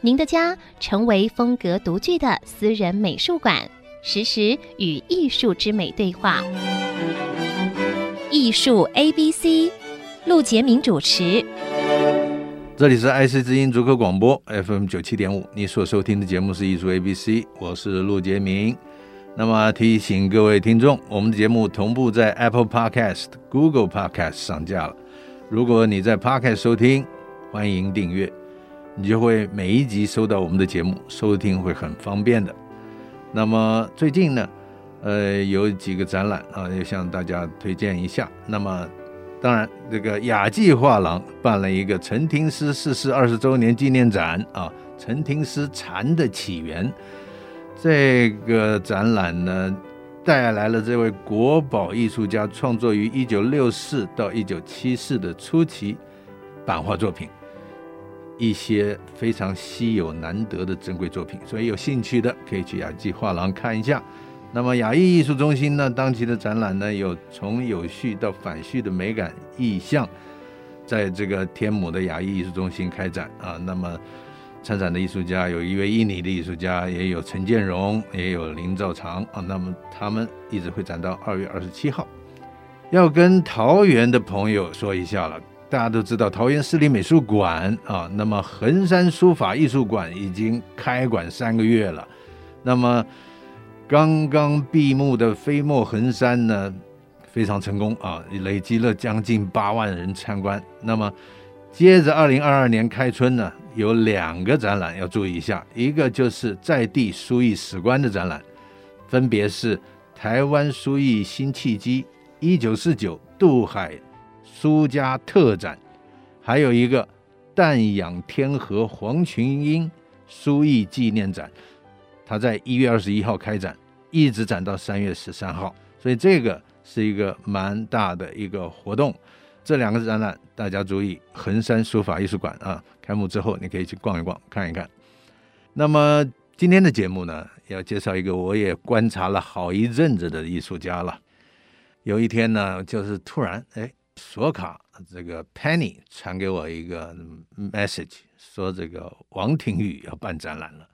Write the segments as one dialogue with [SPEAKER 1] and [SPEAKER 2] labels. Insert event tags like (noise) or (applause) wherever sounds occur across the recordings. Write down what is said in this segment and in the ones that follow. [SPEAKER 1] 您的家成为风格独具的私人美术馆，实时与艺术之美对话。艺术 A B C，陆杰明主持。
[SPEAKER 2] 这里是爱思之音足科广播 FM 九七点五，你所收听的节目是艺术 ABC，我是陆杰明。那么提醒各位听众，我们的节目同步在 Apple Podcast、Google Podcast 上架了。如果你在 Podcast 收听，欢迎订阅，你就会每一集收到我们的节目，收听会很方便的。那么最近呢，呃，有几个展览啊，要向大家推荐一下。那么当然，这个雅纪画廊办了一个陈廷师逝世二十周年纪念展啊，《陈廷师禅的起源》这个展览呢，带来了这位国宝艺术家创作于一九六四到一九七四的初期版画作品，一些非常稀有难得的珍贵作品，所以有兴趣的可以去雅纪画廊看一下。那么雅艺艺术中心呢，当期的展览呢有从有序到反序的美感意象，在这个天母的雅艺艺术中心开展啊。那么参展的艺术家有一位印尼的艺术家，也有陈建荣，也有林兆长啊。那么他们一直会展到二月二十七号。要跟桃园的朋友说一下了，大家都知道桃园市立美术馆啊，那么横山书法艺术馆已经开馆三个月了，那么。刚刚闭幕的飞墨横山呢，非常成功啊，累积了将近八万人参观。那么，接着二零二二年开春呢，有两个展览要注意一下，一个就是在地书艺史观的展览，分别是台湾书艺新契机（一九四九渡海书家特展），还有一个淡养天河黄群英书艺纪念展。它在一月二十一号开展，一直展到三月十三号，所以这个是一个蛮大的一个活动。这两个展览大家注意，横山书法艺术馆啊，开幕之后你可以去逛一逛，看一看。那么今天的节目呢，要介绍一个我也观察了好一阵子的艺术家了。有一天呢，就是突然，哎，索卡这个 Penny 传给我一个 message，说这个王庭宇要办展览了。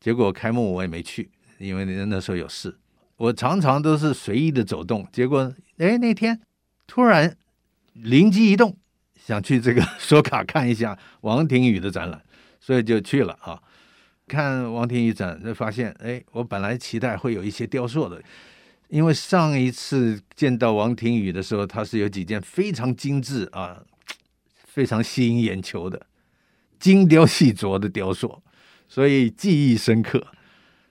[SPEAKER 2] 结果开幕我也没去，因为那那时候有事。我常常都是随意的走动，结果哎那天突然灵机一动，想去这个索卡看一下 (laughs) 王庭宇的展览，所以就去了啊。看王庭宇展，就发现哎，我本来期待会有一些雕塑的，因为上一次见到王庭宇的时候，他是有几件非常精致啊，非常吸引眼球的精雕细琢的雕塑。所以记忆深刻。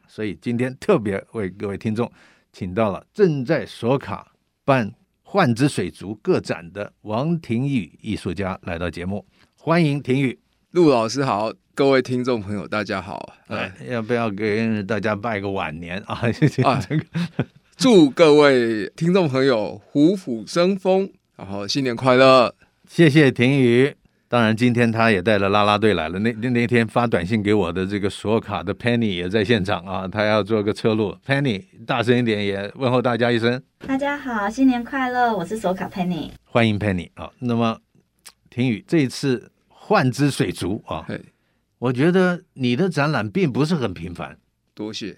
[SPEAKER 2] 所以今天特别为各位听众请到了正在索卡办“幻之水族”个展的王庭宇艺术家来到节目，欢迎庭宇。
[SPEAKER 3] 陆老师好，各位听众朋友大家好，
[SPEAKER 2] 哎
[SPEAKER 3] 哎，，
[SPEAKER 2] 要不要给大家拜个晚年啊？
[SPEAKER 3] 哎
[SPEAKER 2] 这个
[SPEAKER 3] 祝各位听众朋友虎虎生风，然后新年快乐。
[SPEAKER 2] 谢谢婷宇。当然，今天他也带了啦啦队来了。那那那天发短信给我的这个索卡的 Penny 也在现场啊，他要做个车路。Penny 大声一点，也问候大家一声。
[SPEAKER 4] 大家好，新年快乐！我是索卡佩妮。
[SPEAKER 2] 欢迎 Penny 啊。那么，婷宇这一次幻之水族啊，
[SPEAKER 3] 嘿，
[SPEAKER 2] 我觉得你的展览并不是很频繁。(laughs)
[SPEAKER 3] 多谢。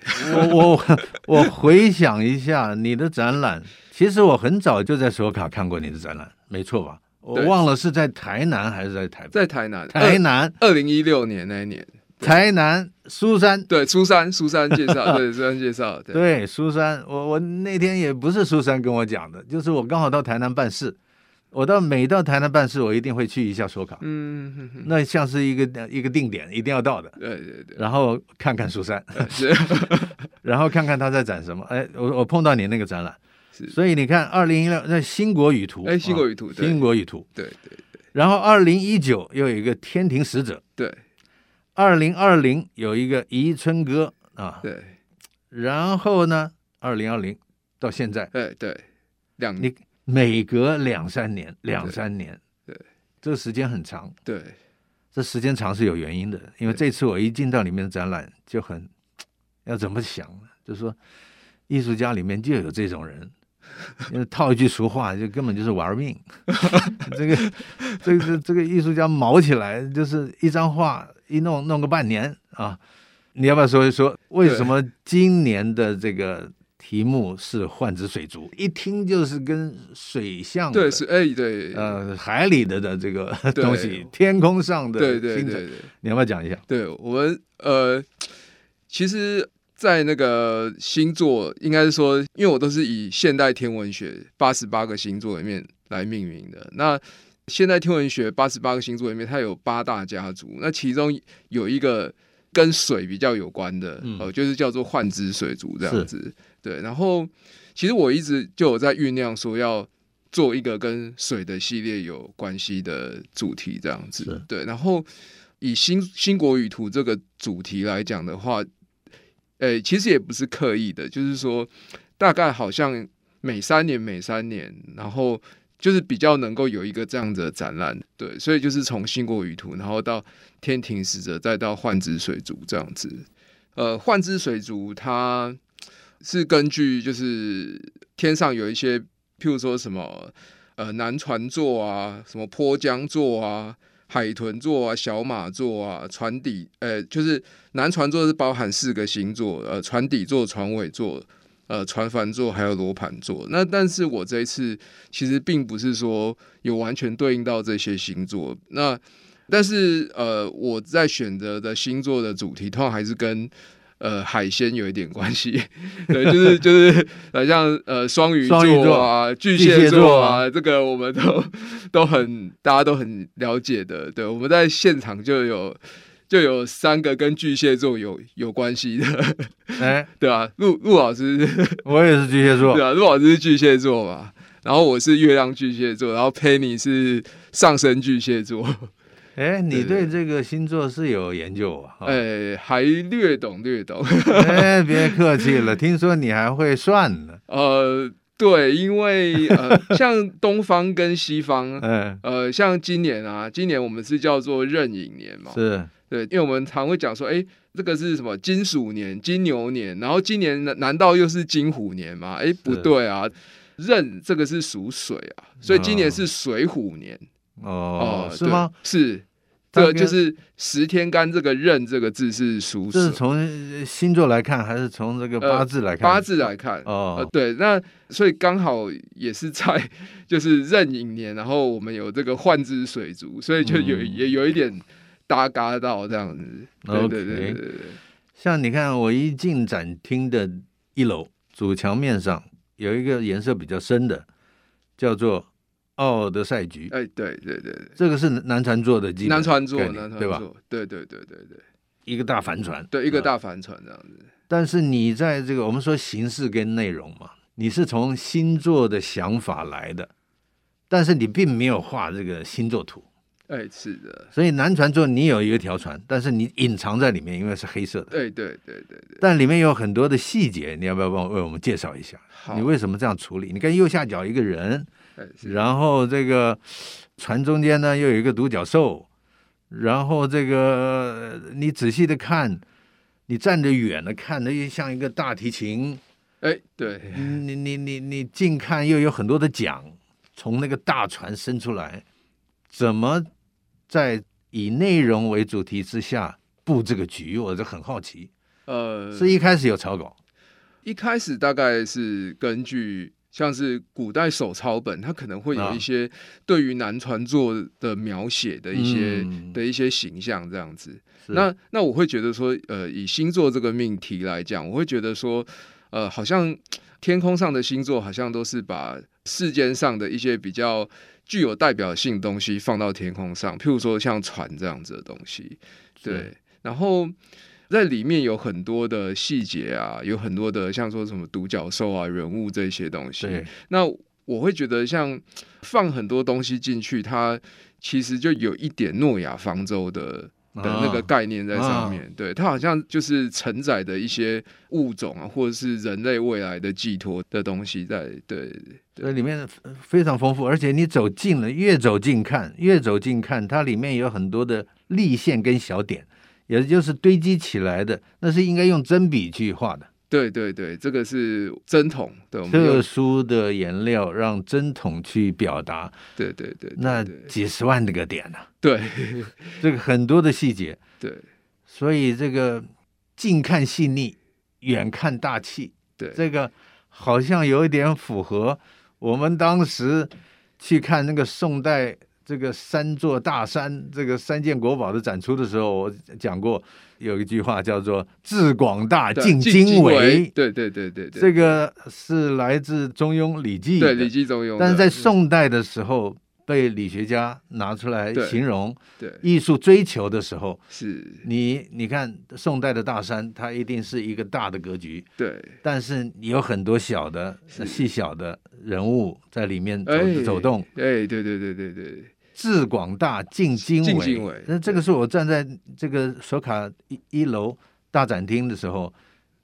[SPEAKER 2] 我我我回想一下你的展览，其实我很早就在索卡看过你的展览，没错吧？我
[SPEAKER 3] 对
[SPEAKER 2] 忘了是在台南还是在台北，
[SPEAKER 3] 在呃台南，
[SPEAKER 2] 台南
[SPEAKER 3] 二零一六年那一年，
[SPEAKER 2] 台南苏珊。
[SPEAKER 3] 对，苏珊，苏珊介绍，对，苏珊介绍，对，
[SPEAKER 2] 对，苏珊，我我那天也不是苏珊跟我讲的，就是我刚好到台南办事，我到每到台南办事，我一定会去一下索卡，
[SPEAKER 3] 嗯，哼哼
[SPEAKER 2] 那像是一个一个定点，一定要到的。
[SPEAKER 3] 对对对， (laughs)
[SPEAKER 2] 然后看看苏珊，
[SPEAKER 3] 呃是
[SPEAKER 2] 然后看看他在展什么。哎，我我碰到你那个展览，
[SPEAKER 3] 是，
[SPEAKER 2] 所以你看，二零一六那新国语图，
[SPEAKER 3] 哎新国语图
[SPEAKER 2] 啊
[SPEAKER 3] 对
[SPEAKER 2] 新国语图。
[SPEAKER 3] 对对
[SPEAKER 2] 然后二零一九又有一个天庭使者，
[SPEAKER 3] 对，
[SPEAKER 2] 二零二零有一个宜春歌啊，
[SPEAKER 3] 对
[SPEAKER 2] 然后呢，二零二零到现在，
[SPEAKER 3] 对对，两
[SPEAKER 2] 你每隔两三年，两三年，
[SPEAKER 3] 对，
[SPEAKER 2] 这个时间很长，
[SPEAKER 3] 对
[SPEAKER 2] 这时间长是有原因的，因为这次我一进到里面的展览就很要怎么想呢？就是说，艺术家里面就有这种人，因为套一句俗话，就根本就是玩命。这个这个这个艺术家毛起来，就是一张画一弄弄个半年啊。你要不要说一说为什么今年的这个题目是幻之水族？一听就是跟水象的
[SPEAKER 3] 对是哎对
[SPEAKER 2] 呃海里的的这个
[SPEAKER 3] 对
[SPEAKER 2] 东西，天空上的
[SPEAKER 3] 对对对
[SPEAKER 2] 星辰，
[SPEAKER 3] 对
[SPEAKER 2] 你要不要讲一下？ (laughs)
[SPEAKER 3] 对，我们呃，其实，在那个星座，应该是说，因为我都是以现代天文学八十八个星座里面来命名的。那现代天文学八十八个星座里面，它有八大家族，那其中有一个跟水比较有关的，
[SPEAKER 2] 嗯
[SPEAKER 3] 呃，就是叫做幻之水族这
[SPEAKER 2] 是
[SPEAKER 3] 样子。对，然后其实我一直就有在酝酿说要做一个跟水的系列有关系的主题，这样
[SPEAKER 2] 是
[SPEAKER 3] 子。对，然后以新新国语图这个主题来讲的话，诶、其实也不是刻意的，就是说，大概好像每三年每三年，然后就是比较能够有一个这样子的展览，对，所以就是从新国语图，然后到天庭使者，再到幻之水族这样子。呃，幻之水族它是根据就是天上有一些，譬如说什么呃南船座啊，什么坡江座啊。海豚座啊，小马座啊，船底呃，就是南船座是包含四个星座，呃，船底座、船尾座、呃，船帆座还有罗盘座。那但是我这一次其实并不是说有完全对应到这些星座。那但是呃，我在选择的星座的主题，通常还是跟呃海鲜有一点关系， (laughs) 对，就是就是呃像呃双鱼
[SPEAKER 2] 双鱼
[SPEAKER 3] 座
[SPEAKER 2] 座
[SPEAKER 3] 啊、巨
[SPEAKER 2] 巨蟹
[SPEAKER 3] 蟹
[SPEAKER 2] 座
[SPEAKER 3] 座
[SPEAKER 2] 啊
[SPEAKER 3] 啊，这个我们都都很大家都很了解的。对，我们在现场就有就有三个跟巨蟹座有有关系的，
[SPEAKER 2] 哎，
[SPEAKER 3] 对啊，陆陆老师，
[SPEAKER 2] 我也是巨蟹座
[SPEAKER 3] 对，啊，陆老师是巨蟹座嘛，然后我是月亮巨蟹座，然后 Penny 是上升巨蟹座，
[SPEAKER 2] 哎，你
[SPEAKER 3] 对
[SPEAKER 2] 对这个星座是有研究啊？哈
[SPEAKER 3] 哎，还略懂略懂，
[SPEAKER 2] 哎，别客气
[SPEAKER 3] (laughs)
[SPEAKER 2] 了，听说你还会算呢。
[SPEAKER 3] 呃，对，因为呃，像东方跟西 (laughs) 方。
[SPEAKER 2] 嗯，
[SPEAKER 3] 呃，像今年啊，今年我们是叫做壬寅年嘛，
[SPEAKER 2] 是
[SPEAKER 3] 对，因为我们常会讲说，哎，这个是什么金鼠年、金牛年，然后今年难难道又是金虎年吗？哎，不
[SPEAKER 2] 是
[SPEAKER 3] 对啊，壬这个是属水啊，所以今年是水虎年
[SPEAKER 2] 哦，
[SPEAKER 3] 呃
[SPEAKER 2] 是吗？？
[SPEAKER 3] 对是，
[SPEAKER 2] 大
[SPEAKER 3] 这
[SPEAKER 2] 概
[SPEAKER 3] 就是十天干这个壬这个字是属
[SPEAKER 2] 这
[SPEAKER 3] 水
[SPEAKER 2] 是，从呃星座来看，还是从这个
[SPEAKER 3] 呃
[SPEAKER 2] 八字来看？
[SPEAKER 3] 八字来看。呃
[SPEAKER 2] 哦，，
[SPEAKER 3] 对，那所以刚好也是在 (laughs) 就是壬寅年，然后我们有这个换之水族，所以就有、
[SPEAKER 2] 嗯
[SPEAKER 3] 也有一点搭嘎到这样子。对呃对对
[SPEAKER 2] OK
[SPEAKER 3] 对对对，
[SPEAKER 2] 像你看，我一进展厅的一楼主墙面上有一个颜色比较深的，叫做奥德赛菊。
[SPEAKER 3] 哎，对对对对。
[SPEAKER 2] 这个是南船座的基本
[SPEAKER 3] 南船座
[SPEAKER 2] 概，念
[SPEAKER 3] 南船
[SPEAKER 2] 对吧？
[SPEAKER 3] 座，对对对对对
[SPEAKER 2] 一个大帆船，
[SPEAKER 3] 对，一个
[SPEAKER 2] 啊
[SPEAKER 3] 大帆船这样子，
[SPEAKER 2] 但是你在这个我们说形式跟内容嘛，你是从星座的想法来的，但是你并没有画这个星座图，
[SPEAKER 3] 哎，是的，
[SPEAKER 2] 所以南船座你有一条船，但是你隐藏在里面，因为是黑色的，
[SPEAKER 3] 哎对对对对对，
[SPEAKER 2] 但里面有很多的细节，你要不要帮我为我们介绍一下？
[SPEAKER 3] 好，
[SPEAKER 2] 你为什么这样处理？你看右下角一个人，
[SPEAKER 3] 哎是
[SPEAKER 2] 然后这个船中间呢又有一个独角兽，然后这个呃你仔细的看，你站得远了看，那就像一个大提琴。
[SPEAKER 3] 哎对
[SPEAKER 2] 你你你你近看又有很多的桨从那个大船伸出来，怎么在以内容为主题之下布这个局？我就很好奇。
[SPEAKER 3] 呃，
[SPEAKER 2] 是一开始有草稿，
[SPEAKER 3] 一开始大概是根据像是古代手抄本，它可能会
[SPEAKER 2] 啊
[SPEAKER 3] 有一些对于南船座的描写的一些、
[SPEAKER 2] 嗯
[SPEAKER 3] 的一些形象这样子，
[SPEAKER 2] 是
[SPEAKER 3] 那那我会觉得说，呃，以星座这个命题来讲，我会觉得说，呃，好像天空上的星座好像都是把世间上的一些比较具有代表性的东西放到天空上，譬如说像船这样子的东西，对
[SPEAKER 2] 是。
[SPEAKER 3] 然后在里面有很多的细节啊，有很多的像说什么独角兽啊、人物这些东西，
[SPEAKER 2] 对
[SPEAKER 3] 那我会觉得像放很多东西进去，它其实就有一点诺亚方舟的的那
[SPEAKER 2] 啊
[SPEAKER 3] 个概念在上面。对，它好像就是承载的一些物种啊，或者是人类未来的寄托的东西在。对，
[SPEAKER 2] 这里面呃非常丰富，而且你走近了，越走近看，越走近看，它里面有很多的立线跟小点，也就是堆积起来的，那是应该用针笔去画的。
[SPEAKER 3] 对对对，这个是针筒，对，我们
[SPEAKER 2] 特
[SPEAKER 3] 用
[SPEAKER 2] 殊的颜料让针筒去表达
[SPEAKER 3] 对对对，对
[SPEAKER 2] 那
[SPEAKER 3] 对
[SPEAKER 2] 几十万个点呢、啊
[SPEAKER 3] 对
[SPEAKER 2] 这个很多的细节，
[SPEAKER 3] 对
[SPEAKER 2] 所以这个近看细腻，远看大气，
[SPEAKER 3] 对，
[SPEAKER 2] 这个好像有一点符合我们当时去看那个宋代这个三座大山这个三件国宝的展出的时候，我讲过有一句话叫做“至广大
[SPEAKER 3] 对
[SPEAKER 2] 尽
[SPEAKER 3] 敬
[SPEAKER 2] 经
[SPEAKER 3] 纬
[SPEAKER 2] 纬”，
[SPEAKER 3] 对对对对对，
[SPEAKER 2] 这个是来自中庸《礼记》
[SPEAKER 3] 对
[SPEAKER 2] 的。
[SPEAKER 3] 李济中庸的，
[SPEAKER 2] 但是在
[SPEAKER 3] 嗯
[SPEAKER 2] 宋代的时候被理学家拿出来
[SPEAKER 3] 对
[SPEAKER 2] 形容
[SPEAKER 3] 对
[SPEAKER 2] 艺术追求的时候，
[SPEAKER 3] 是，
[SPEAKER 2] 你你看宋代的大山，它一定是一个大的格局，
[SPEAKER 3] 对
[SPEAKER 2] 但是有很多小的、细小的人物在里面走、
[SPEAKER 3] 哎
[SPEAKER 2] 走动，
[SPEAKER 3] 哎，对对对对对
[SPEAKER 2] 至广大尽经
[SPEAKER 3] 尽
[SPEAKER 2] 纬。
[SPEAKER 3] 经纬
[SPEAKER 2] 那这个是我站在这个索卡一一楼大展厅的时候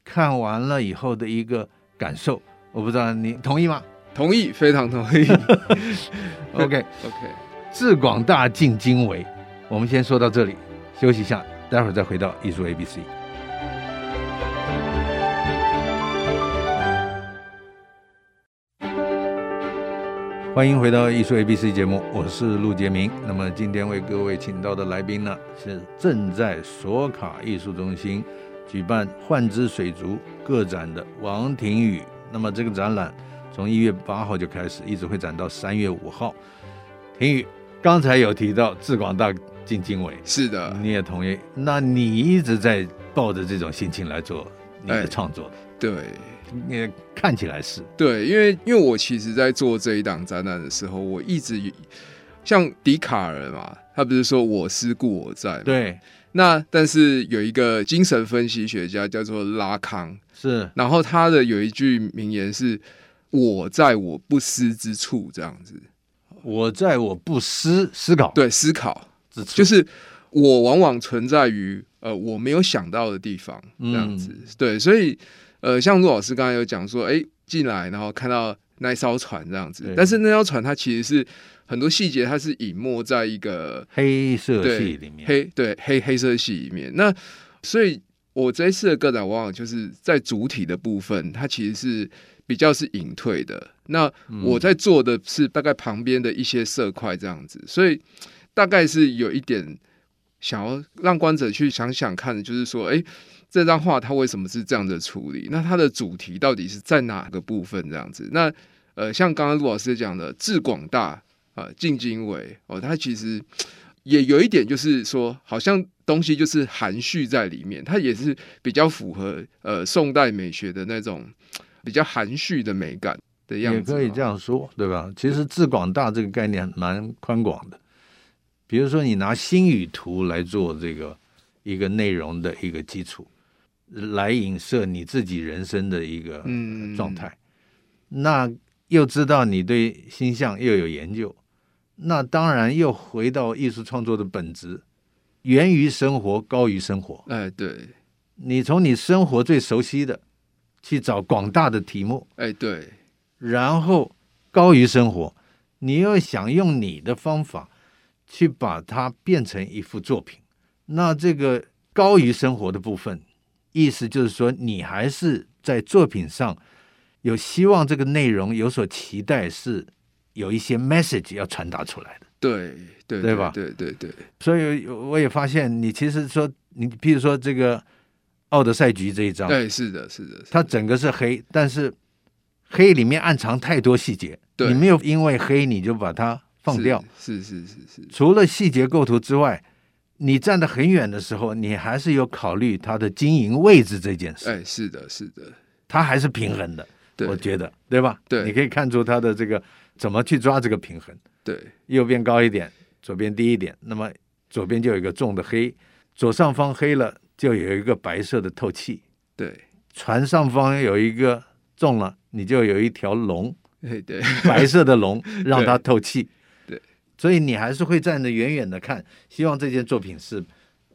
[SPEAKER 2] 看完了以后的一个感受，我不知道你同意吗
[SPEAKER 3] 同意，非常同
[SPEAKER 2] (laughs)
[SPEAKER 3] 意。
[SPEAKER 2] ？OK。
[SPEAKER 3] OK，
[SPEAKER 2] 至广大尽经纬。我们先说到这里，休息一下，待会儿再回到艺术 ABC。欢迎回到艺术 ABC 节目，我是陆杰明。那么今天为各位请到的来宾呢，是正在索卡艺术中心举办“幻之水族”个展的王庭宇。那么这个展览从一月八号就开始，一直会展到三月五号。庭宇，刚才有提到至广大进经纬，
[SPEAKER 3] 是的，
[SPEAKER 2] 你也同意？那你一直在抱着这种心情来做你的
[SPEAKER 3] 哎
[SPEAKER 2] 创作的，
[SPEAKER 3] 对
[SPEAKER 2] 你看起来是
[SPEAKER 3] 对，因为因为我其实，在做这一档展览的时候，我一直以像笛卡尔嘛，他不是说我思故我在嘛，
[SPEAKER 2] 对，
[SPEAKER 3] 那但是有一个精神分析学家叫做拉康，
[SPEAKER 2] 是
[SPEAKER 3] 然后他的有一句名言是“我在我不思之处”这样子，
[SPEAKER 2] 我在我不思思考
[SPEAKER 3] 对，思考
[SPEAKER 2] 之处，
[SPEAKER 3] 就是我往往存在于呃我没有想到的地方，这
[SPEAKER 2] 嗯
[SPEAKER 3] 样子。对，所以呃，像陆老师刚才有讲说，哎，进来然后看到那一艘船这样子
[SPEAKER 2] 对，
[SPEAKER 3] 但是那艘船它其实是很多细节，它是隐没在一个
[SPEAKER 2] 黑色系
[SPEAKER 3] 对
[SPEAKER 2] 里面，
[SPEAKER 3] 黑对黑黑色系里面。那所以我这一次的个展，往往就是在主体的部分，它其实是比较是隐退的。那
[SPEAKER 2] 嗯
[SPEAKER 3] 我在做的是大概旁边的一些色块这样子，所以大概是有一点想要让观者去想想看，就是说，哎、这张画它为什么是这样的处理？那它的主题到底是在哪个部分？这样子，那呃，像刚刚陆老师讲的，至广大啊，进经纬哦，它其实也有一点就是说，好像东西就是含蓄在里面，它也是比较符合呃宋代美学的那种比较含蓄的美感的样
[SPEAKER 2] 也
[SPEAKER 3] 子。哦啊
[SPEAKER 2] 可以这，样说，对吧？其实至广大这个概念蛮宽广的，比如说你拿星语图来做这个一个内容的一个基础，来影射你自己人生的一个
[SPEAKER 3] 嗯
[SPEAKER 2] 状态。那又知道你对星象又有研究，那当然又回到艺术创作的本质，源于生活，高于生活。
[SPEAKER 3] 哎、对，
[SPEAKER 2] 你从你生活最熟悉的去找广大的题目，
[SPEAKER 3] 哎、对，
[SPEAKER 2] 然后高于生活，你又想用你的方法去把它变成一幅作品，那这个高于生活的部分，意思就是说你还是在作品上有希望这个内容有所期待，是有一些 message 要传达出来的。
[SPEAKER 3] 对，对，
[SPEAKER 2] 对吧
[SPEAKER 3] 对，对，对，
[SPEAKER 2] 所以我也发现，你其实说你，譬如说这个《奥德赛局》这一章，
[SPEAKER 3] 哎、是的，是的，是
[SPEAKER 2] 它
[SPEAKER 3] 的
[SPEAKER 2] 整个是黑，但是黑里面暗藏太多细节，
[SPEAKER 3] 对
[SPEAKER 2] 你没有因为黑你就把它放
[SPEAKER 3] 是
[SPEAKER 2] 掉。
[SPEAKER 3] 是是是是，
[SPEAKER 2] 除了细节构图之外，你站得很远的时候，你还是有考虑它的经营位置这件事，
[SPEAKER 3] 哎、是的，是的，
[SPEAKER 2] 它还是平衡的，
[SPEAKER 3] 对，
[SPEAKER 2] 我觉得，对吧？
[SPEAKER 3] 对
[SPEAKER 2] 你可以看出它的这个怎么去抓这个平衡，
[SPEAKER 3] 对，
[SPEAKER 2] 右边高一点，左边低一点，那么左边就有一个重的黑，左上方黑了就有一个白色的透气，
[SPEAKER 3] 对，
[SPEAKER 2] 船上方有一个重了，你就有一条龙。
[SPEAKER 3] (laughs) 哎，对，
[SPEAKER 2] 白色的龙，让它透气。
[SPEAKER 3] 对，
[SPEAKER 2] 所以你还是会站得远远的看，希望这件作品是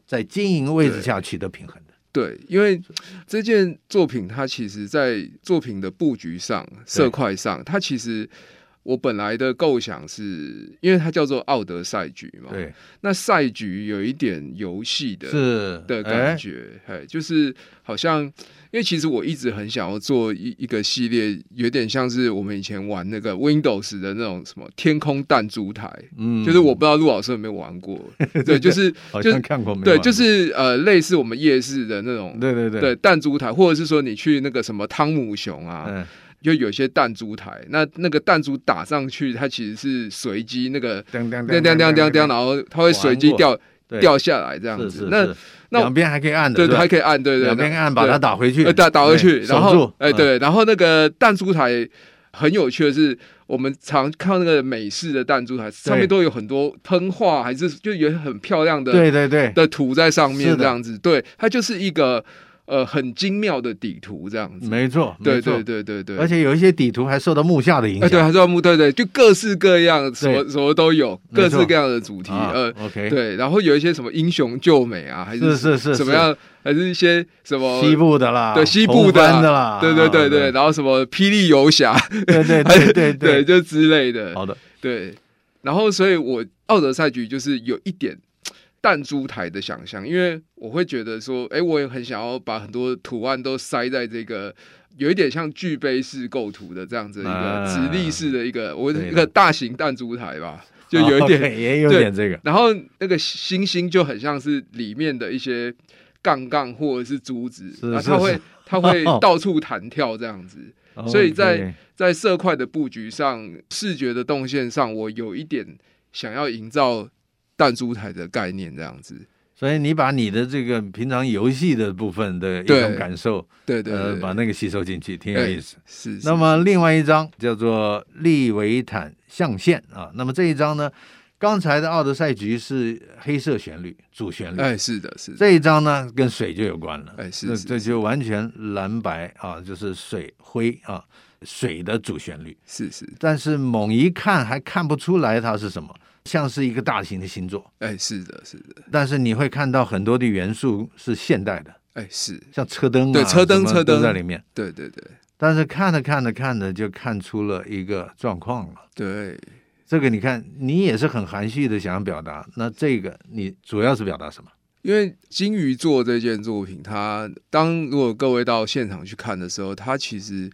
[SPEAKER 2] 在经营位置下取得平衡的。
[SPEAKER 3] 对，因为这件作品它其实，在作品的布局上、色块上，它其实我本来的构想是，因为它叫做奥德赛局嘛，，
[SPEAKER 2] 对，
[SPEAKER 3] 那赛局有一点游戏的
[SPEAKER 2] 是
[SPEAKER 3] 的
[SPEAKER 2] 哎
[SPEAKER 3] 感觉，哎，就是好像，因为其实我一直很想要做一一个系列，有点像是我们以前玩那个 Windows 的那种什么天空弹珠台，
[SPEAKER 2] 嗯，
[SPEAKER 3] 就是我不知道陆老师有没有玩
[SPEAKER 2] (laughs)
[SPEAKER 3] 过，对，就是
[SPEAKER 2] 好
[SPEAKER 3] 就是
[SPEAKER 2] 像看过没有？
[SPEAKER 3] 对，就是呃，类似我们夜市的那种。
[SPEAKER 2] 对对对
[SPEAKER 3] 对，弹珠台，或者是说你去那个什么汤姆熊啊，
[SPEAKER 2] 嗯，
[SPEAKER 3] 就有些弹珠台，那那个弹珠打上去，它其实是随机那个
[SPEAKER 2] 当当
[SPEAKER 3] 叮叮叮叮叮，然后它会随机
[SPEAKER 2] 玩过
[SPEAKER 3] 掉
[SPEAKER 2] 对
[SPEAKER 3] 掉下来这样
[SPEAKER 2] 是
[SPEAKER 3] 子
[SPEAKER 2] 是。
[SPEAKER 3] 那
[SPEAKER 2] 是
[SPEAKER 3] 那
[SPEAKER 2] 两边还可以按的，
[SPEAKER 3] 对
[SPEAKER 2] 是
[SPEAKER 3] 对，
[SPEAKER 2] 吧
[SPEAKER 3] 还可以按，对对，
[SPEAKER 2] 两边按把它
[SPEAKER 3] 对
[SPEAKER 2] 打回去，
[SPEAKER 3] 呃打打回去，
[SPEAKER 2] 对
[SPEAKER 3] 然
[SPEAKER 2] 守
[SPEAKER 3] 后
[SPEAKER 2] 住
[SPEAKER 3] 哎
[SPEAKER 2] 嗯
[SPEAKER 3] 对，然后那个弹珠台很有趣的是，我们常看到那个美式的弹珠台上面都有很多喷画，还是就有很漂亮的
[SPEAKER 2] 对对对，
[SPEAKER 3] 的图在上
[SPEAKER 2] 是
[SPEAKER 3] 面
[SPEAKER 2] 的
[SPEAKER 3] 这样子，对，它就是一个呃很精妙的底图这样子，
[SPEAKER 2] 没错，没
[SPEAKER 3] 对
[SPEAKER 2] 错
[SPEAKER 3] 对，对对对，
[SPEAKER 2] 而且有一些底图还受到木下的影
[SPEAKER 3] 哎
[SPEAKER 2] 响，
[SPEAKER 3] 对，还是要木对对，就各式各样，什么
[SPEAKER 2] 对
[SPEAKER 3] 什么都有，
[SPEAKER 2] 没
[SPEAKER 3] 各
[SPEAKER 2] 错
[SPEAKER 3] 式各样的主题，
[SPEAKER 2] 啊
[SPEAKER 3] 呃。
[SPEAKER 2] ，OK，，
[SPEAKER 3] 对，然后有一些什么英雄救美啊，还
[SPEAKER 2] 是是是
[SPEAKER 3] 怎么
[SPEAKER 2] 是
[SPEAKER 3] 样，还是一些什么
[SPEAKER 2] 西部的啦，
[SPEAKER 3] 对西部的
[SPEAKER 2] 红番
[SPEAKER 3] 啊
[SPEAKER 2] 的啦，
[SPEAKER 3] 对对对对，
[SPEAKER 2] 啊
[SPEAKER 3] 然后什么霹雳游侠，
[SPEAKER 2] 对对
[SPEAKER 3] (laughs)
[SPEAKER 2] 对对
[SPEAKER 3] 对，就之类的，
[SPEAKER 2] 好的，
[SPEAKER 3] 对。然后，所以我奥德赛局就是有一点弹珠台的想象，因为我会觉得说，哎，我也很想要把很多图案都塞在这个。有一点像巨杯式构图的这样子一个
[SPEAKER 2] 啊
[SPEAKER 3] 直立式的一个，我
[SPEAKER 2] 对的哦
[SPEAKER 3] 一个大型弹珠台吧，就有一点
[SPEAKER 2] 啊 OK，也有点这个，
[SPEAKER 3] 然后那个星星就很像是里面的一些杠杠或者是珠子，
[SPEAKER 2] 是
[SPEAKER 3] 啊，
[SPEAKER 2] 是
[SPEAKER 3] 它会
[SPEAKER 2] 是哦
[SPEAKER 3] 它会到处弹跳这样子。所以在
[SPEAKER 2] OK
[SPEAKER 3] 在色块的布局上、视觉的动线上，我有一点想要营造弹珠台的概念这样子。
[SPEAKER 2] 所以你把你的这个平常游戏的部分的一
[SPEAKER 3] 对
[SPEAKER 2] 种感受，
[SPEAKER 3] 对对
[SPEAKER 2] 呃，
[SPEAKER 3] 对，
[SPEAKER 2] 把那个吸收进去，挺有意思。
[SPEAKER 3] 是是
[SPEAKER 2] 那么另外一张叫做利维坦象限啊，那么这一张呢，刚才的奥德赛局是黑色旋律主旋律，
[SPEAKER 3] 哎，是的，是的，
[SPEAKER 2] 这一张呢跟水就有关了，
[SPEAKER 3] 哎是
[SPEAKER 2] 这
[SPEAKER 3] 是
[SPEAKER 2] 这就完全蓝白啊，就是水灰啊，水的主旋律，
[SPEAKER 3] 是是，
[SPEAKER 2] 但是猛一看还看不出来它是什么，像是一个大型的星座，
[SPEAKER 3] 哎，是的，是的，
[SPEAKER 2] 但是你会看到很多的元素是现代的，
[SPEAKER 3] 哎，是，
[SPEAKER 2] 像车灯啊，
[SPEAKER 3] 对车灯
[SPEAKER 2] 什么
[SPEAKER 3] 车灯
[SPEAKER 2] 都在里面。
[SPEAKER 3] 对对对
[SPEAKER 2] 但是看着看着看着就看出了一个状况了。
[SPEAKER 3] 对，
[SPEAKER 2] 这个你看，你也是很含蓄的想要表达，那这个你主要是表达什么？
[SPEAKER 3] 因为金鱼座这件作品，它当如果各位到现场去看的时候，它其实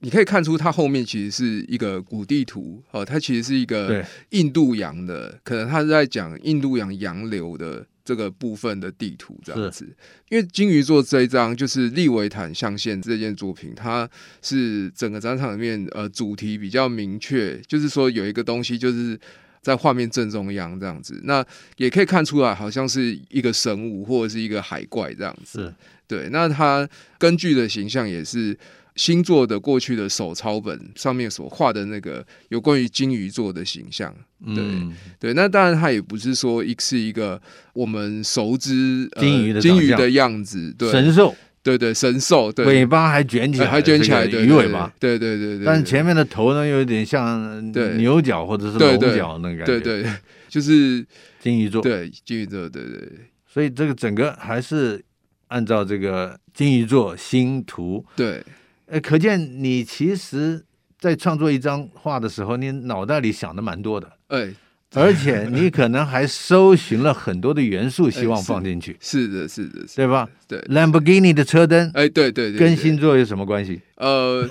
[SPEAKER 3] 你可以看出它后面其实是一个古地图哦，它其实是一个
[SPEAKER 2] 对
[SPEAKER 3] 印度洋的，可能它是在讲印度洋洋流的这个部分的地图这样子。因为金鱼座这一张就是利维坦象限这件作品，它是整个展场里面呃主题比较明确，就是说有一个东西就是。在画面正中央这样子，那也可以看出来，好像是一个神武或者是一个海怪这样子。
[SPEAKER 2] 是
[SPEAKER 3] 对，那它根据的形象也是星座的过去的手抄本上面所画的那个有关于金鱼座的形象。
[SPEAKER 2] 嗯，
[SPEAKER 3] 对，那当然它也不是说一是一个我们熟知、呃
[SPEAKER 2] 金鱼的
[SPEAKER 3] 金
[SPEAKER 2] 长
[SPEAKER 3] 鱼
[SPEAKER 2] 相
[SPEAKER 3] 的样子，对，
[SPEAKER 2] 神兽
[SPEAKER 3] 对对神兽，对，
[SPEAKER 2] 尾巴还卷起
[SPEAKER 3] 呃
[SPEAKER 2] 来，
[SPEAKER 3] 还卷起来，
[SPEAKER 2] 这
[SPEAKER 3] 对
[SPEAKER 2] 个鱼尾巴，，
[SPEAKER 3] 对对对对对对，
[SPEAKER 2] 但是前面的头呢，又有点像
[SPEAKER 3] 对
[SPEAKER 2] 牛角或者是
[SPEAKER 3] 对
[SPEAKER 2] 龙
[SPEAKER 3] 对
[SPEAKER 2] 角那个感觉，
[SPEAKER 3] 对对对就是
[SPEAKER 2] 金鱼座。，
[SPEAKER 3] 对金鱼座，对对对
[SPEAKER 2] 所以这个整个还是按照这个金鱼座星图，
[SPEAKER 3] 对，
[SPEAKER 2] 呃，可见你其实在创作一张画的时候，你脑袋里想的蛮多
[SPEAKER 3] (laughs)
[SPEAKER 2] 的。
[SPEAKER 3] 哎，
[SPEAKER 2] 而且你可能还搜寻了很多的元素，希望放进去，
[SPEAKER 3] 是的，是的，是的
[SPEAKER 2] 对吧
[SPEAKER 3] (laughs) 对。
[SPEAKER 2] ？Lamborghini 的车灯
[SPEAKER 3] 哎，对对对，
[SPEAKER 2] 跟
[SPEAKER 3] 对
[SPEAKER 2] 星座有什么关系？
[SPEAKER 3] 呃，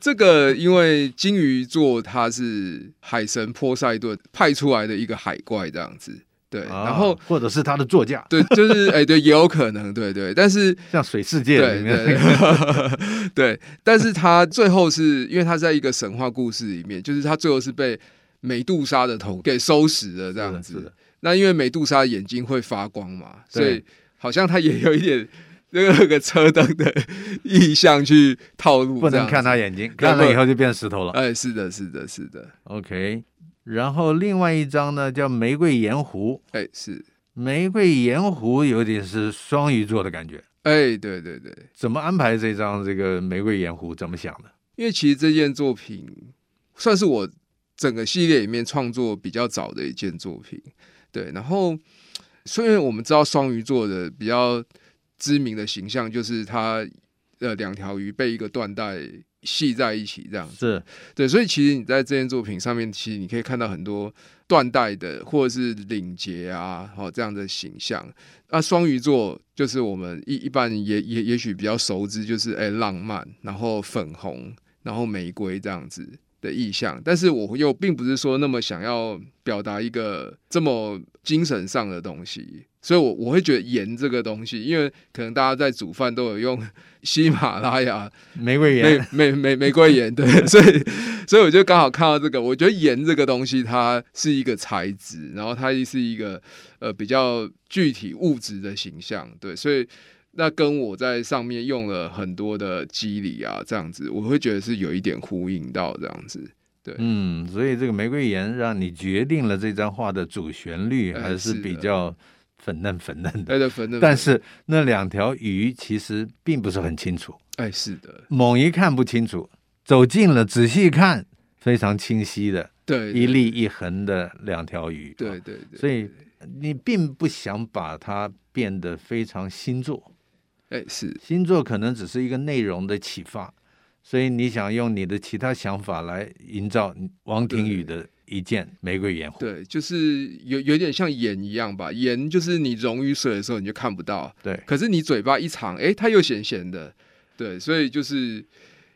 [SPEAKER 3] 这个因为金鱼座它是海神波塞顿派出来的一个海怪这样子，对，
[SPEAKER 2] 啊
[SPEAKER 3] 然后
[SPEAKER 2] 或者是它的座驾，
[SPEAKER 3] 对，就是哎、对，也有可能，对对，但是
[SPEAKER 2] 像水世界
[SPEAKER 3] 对
[SPEAKER 2] 里面那
[SPEAKER 3] 对
[SPEAKER 2] 个
[SPEAKER 3] 对 (laughs) 对，但是它最后是因为它在一个神话故事里面，就是它最后是被美杜莎的头给收拾了这样
[SPEAKER 2] 是的是
[SPEAKER 3] 子
[SPEAKER 2] 的。
[SPEAKER 3] 那因为美杜莎眼睛会发光嘛，所以
[SPEAKER 2] 对
[SPEAKER 3] 好像它也有一点。那个那个车灯的意向去套路，
[SPEAKER 2] (laughs) 不
[SPEAKER 3] 这
[SPEAKER 2] 能
[SPEAKER 3] 样
[SPEAKER 2] 看
[SPEAKER 3] 子
[SPEAKER 2] 它眼
[SPEAKER 3] (laughs)
[SPEAKER 2] 睛，看了以后就变石头了。
[SPEAKER 3] 哎，是的，是的，是的，
[SPEAKER 2] OK，然后另外一张呢叫玫瑰盐湖，
[SPEAKER 3] 哎，是，
[SPEAKER 2] 玫瑰盐湖有点是双鱼座的感觉。
[SPEAKER 3] 哎，对对对，
[SPEAKER 2] 怎么安排这张这个玫瑰盐湖？怎么想的？
[SPEAKER 3] 因为其实这件作品算是我整个系列里面创作比较早的一件作品，对，然后所以我们知道双鱼座的比较知名的形象就是他呃两条鱼被一个缎带系在一起这样子。
[SPEAKER 2] 是
[SPEAKER 3] 对，所以其实你在这件作品上面，其实你可以看到很多缎带的或者是领结啊，好、这样的形象。那双鱼座就是我们一一般也也也许比较熟知，就是哎浪漫，然后粉红，然后玫瑰这样子的意象。但是我又并不是说那么想要表达一个这么精神上的东西。所以我，我会觉得盐这个东西，因为可能大家在煮饭都有用 (laughs) 喜马拉雅
[SPEAKER 2] 玫瑰
[SPEAKER 3] 玫
[SPEAKER 2] 园，
[SPEAKER 3] 玫玫玫瑰盐，对，所以所以我就刚好看到这个，我觉得盐这个东西它是一个材质，然后它也是一个呃比较具体物质的形象，对，所以那跟我在上面用了很多的肌理啊，这样子，我会觉得是有一点呼应到这样子，
[SPEAKER 2] 嗯，所以这个玫瑰园让你决定了这张画的主旋律
[SPEAKER 3] 哎
[SPEAKER 2] 还是
[SPEAKER 3] 是的
[SPEAKER 2] 比较粉嫩粉嫩的，
[SPEAKER 3] 哎对，反正
[SPEAKER 2] 但是那两条鱼其实并不是很清楚，
[SPEAKER 3] 哎是的，
[SPEAKER 2] 猛一看不清楚，走近了仔细看，非常清晰的
[SPEAKER 3] 对，
[SPEAKER 2] 一立一横的两条鱼，
[SPEAKER 3] 对，对对，
[SPEAKER 2] 所以你并不想把它变得非常星座，
[SPEAKER 3] 哎是
[SPEAKER 2] 星座可能只是一个内容的启发，所以你想用你的其他想法来营造王庭宇的一件玫瑰盐湖，
[SPEAKER 3] 对，就是有有点像盐一样吧，盐就是你溶于水的时候你就看不到。
[SPEAKER 2] 对，
[SPEAKER 3] 可是你嘴巴一长，哎、它又咸咸的，对，所以就是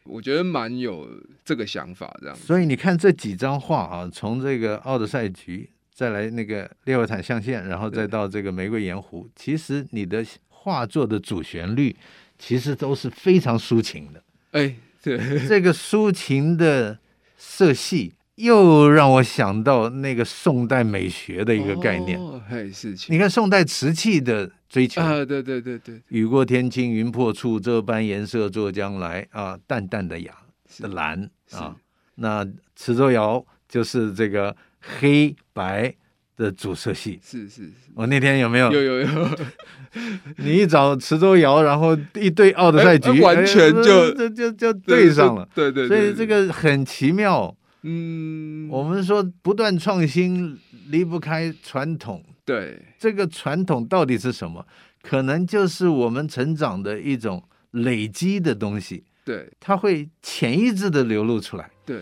[SPEAKER 3] 我觉得蛮有这个想法这样子。
[SPEAKER 2] 所以你看这几张画啊，从这个《奥德赛局》，再来那个《列维坦象限》，然后再
[SPEAKER 3] 对
[SPEAKER 2] 到这个《玫瑰盐湖》，其实你的画作的主旋律其实都是非常抒情的。
[SPEAKER 3] 哎、 (laughs) 对，
[SPEAKER 2] 这个抒情的色系又让我想到那个宋代美学的一个概念。
[SPEAKER 3] 哦，嘿，事情
[SPEAKER 2] 你看宋代瓷器的追求。
[SPEAKER 3] 啊，对对对对，
[SPEAKER 2] 雨过天青云破处，这般颜色作将来啊，淡淡的雅
[SPEAKER 3] 是
[SPEAKER 2] 的蓝
[SPEAKER 3] 是
[SPEAKER 2] 啊。那池州窑就是这个黑白的主色系。
[SPEAKER 3] 是是是，
[SPEAKER 2] 我那天有没有？
[SPEAKER 3] 有有有， (laughs)
[SPEAKER 2] 你一找池州窑，然后一对奥德赛
[SPEAKER 3] 哎
[SPEAKER 2] 局，
[SPEAKER 3] 哎完全
[SPEAKER 2] 哎
[SPEAKER 3] 就
[SPEAKER 2] 这就就对上了。
[SPEAKER 3] 对，对对
[SPEAKER 2] 所
[SPEAKER 3] 对
[SPEAKER 2] 以这，个很奇妙。
[SPEAKER 3] 嗯，
[SPEAKER 2] 我们说不断创新离不开传统，
[SPEAKER 3] 对
[SPEAKER 2] 这个传统到底是什么？可能就是我们成长的一种累积的东西。
[SPEAKER 3] 对
[SPEAKER 2] 它会潜意识的流露出来，
[SPEAKER 3] 对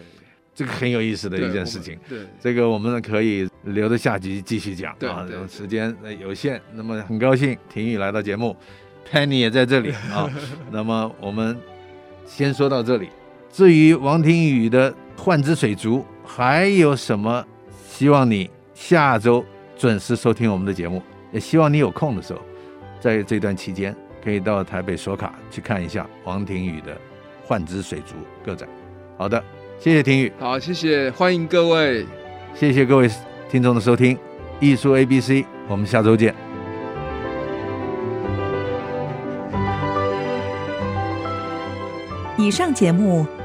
[SPEAKER 2] 这个很有意思的
[SPEAKER 3] 对
[SPEAKER 2] 一件
[SPEAKER 3] 我
[SPEAKER 2] 事
[SPEAKER 3] 们
[SPEAKER 2] 情。
[SPEAKER 3] 对
[SPEAKER 2] 这个我们可以留着下集继续讲
[SPEAKER 3] 对
[SPEAKER 2] 啊
[SPEAKER 3] 对，对
[SPEAKER 2] 时间呃有限。那么很高兴婷宇来到节目，Penny 也在这里
[SPEAKER 3] (laughs)
[SPEAKER 2] 啊。那么我们先说到这里。至于王庭宇的《幻之水族》，还有什么？希望你下周准时收听我们的节目，也希望你有空的时候，在这段期间可以到台北索卡去看一下王庭宇的《幻之水族》个展。好的，谢谢庭宇。
[SPEAKER 3] 好，谢谢，欢迎各位。
[SPEAKER 2] 谢谢各位听众的收听，艺术 A B C，我们下周见。
[SPEAKER 5] 以上节目